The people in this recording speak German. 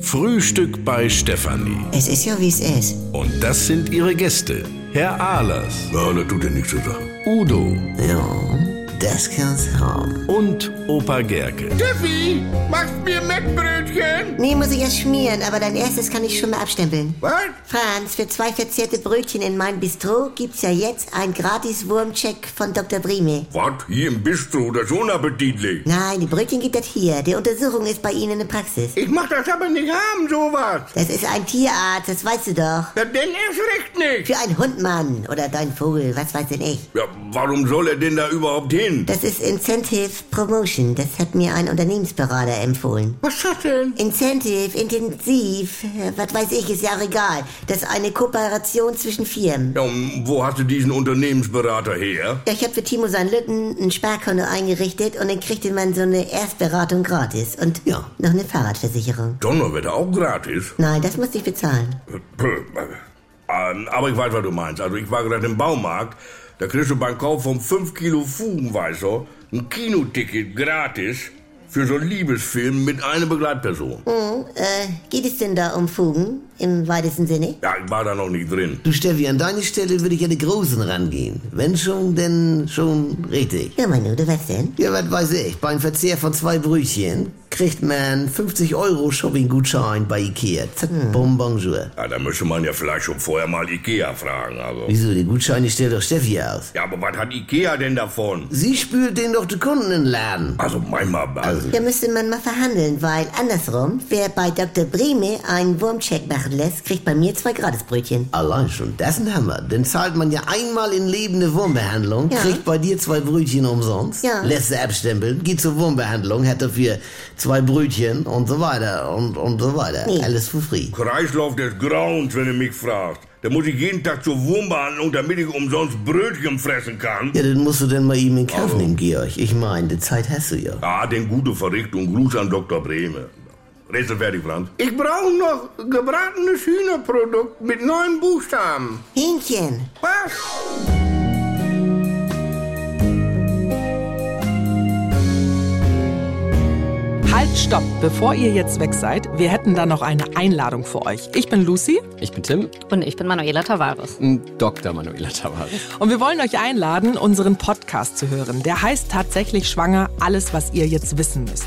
Frühstück bei Stefanie. Es ist ja, wie es ist. Und das sind ihre Gäste. Herr Ahlers, Ja, das tut ja nichts zur Sache. Udo Ja, das kann's haben. und Opa Gerke. Tiffy, machst mir Mettbrötchen? Nee, muss ich erst schmieren, aber dein erstes kann ich schon mal abstempeln. Was? Franz, für zwei verzehrte Brötchen in meinem Bistro gibt's ja jetzt einen gratis Wurmcheck von Dr. Brime. Was? Hier im Bistro, das ist unappetitlich. Nein, die Brötchen gibt es hier. Die Untersuchung ist bei Ihnen in der Praxis. Ich mach das aber nicht haben, sowas. Das ist ein Tierarzt, das weißt du doch. Ja, denn erst recht nicht. Für einen Hund, Mann. Oder dein Vogel, was weiß denn ich. Ja, warum soll er denn da überhaupt hin? Das ist Incentive Promotion. Das hat mir ein Unternehmensberater empfohlen. Was ist das denn? Incentive, intensiv, äh, was weiß ich, ist ja auch egal. Das ist eine Kooperation zwischen Firmen. Ja, und wo hast du diesen Unternehmensberater her? Ja, ich habe für Timo sein Lütten ein Sparkonto eingerichtet und dann kriegte man so eine Erstberatung gratis. Und ja, noch eine Fahrradversicherung. Donnerwetter, auch gratis. Nein, das musste ich bezahlen. Puh, ähm, Aber ich weiß, was du meinst. Also ich war gerade im Baumarkt, da kriegst du beim Kauf von 5 Kilo Fugen, weißt du, ein Kinoticket gratis für so einen Liebesfilm mit einer Begleitperson. Hm, äh, geht es denn da um Fugen? Im weitesten Sinne? Ja, ich war da noch nicht drin. Du Steffi, an deine Stelle würde ich an die Großen rangehen. Wenn schon, denn schon richtig. Ja, Manu, du was denn? Ja, was weiß ich, beim Verzehr von zwei Brötchen kriegt man 50 Euro Shopping-Gutschein bei Ikea. Zack, Hm. bom, bonjour. Ja, da müsste man ja vielleicht schon vorher mal Ikea fragen, also. Wieso, die Gutscheine stellt doch Steffi aus. Ja, aber was hat Ikea denn davon? Sie spült den doch die Kunden in den Laden. Also manchmal, also, Da müsste man mal verhandeln, weil andersrum, wer bei Dr. Breme einen Wurmcheck machen lässt, kriegt bei mir zwei Gratisbrötchen. Allein schon, das ist ein Hammer. Dann zahlt man ja einmal in Leben eine Wurmbehandlung, Ja. kriegt bei dir zwei Brötchen umsonst, Ja. lässt sie abstempeln, geht zur Wurmbehandlung, hat dafür zwei Brötchen und so weiter und, und so weiter. Nee. Alles für free. Kreislauf des Grauens, wenn du mich fragst. Da muss ich jeden Tag zur Wurmbehandlung, damit ich umsonst Brötchen fressen kann. Ja, dann musst du denn mal eben in Kauf Also. nehmen, Georg. Ich meine, die Zeit hast du ja. Ah, den gute Verrichtung. Gruß an Dr. Brehme. Rätsel fertig, Franz. Ich brauche noch gebratenes Hühnerprodukt mit neun Buchstaben. Hähnchen! Was? Halt, stopp! Bevor ihr jetzt weg seid, wir hätten da noch eine Einladung für euch. Ich bin Lucy Ich bin Tim, Und ich bin Manuela Tavares. ein Dr. Manuela Tavares. und wir wollen euch einladen, unseren Podcast zu hören. Der heißt tatsächlich Schwanger, alles, was ihr jetzt wissen müsst.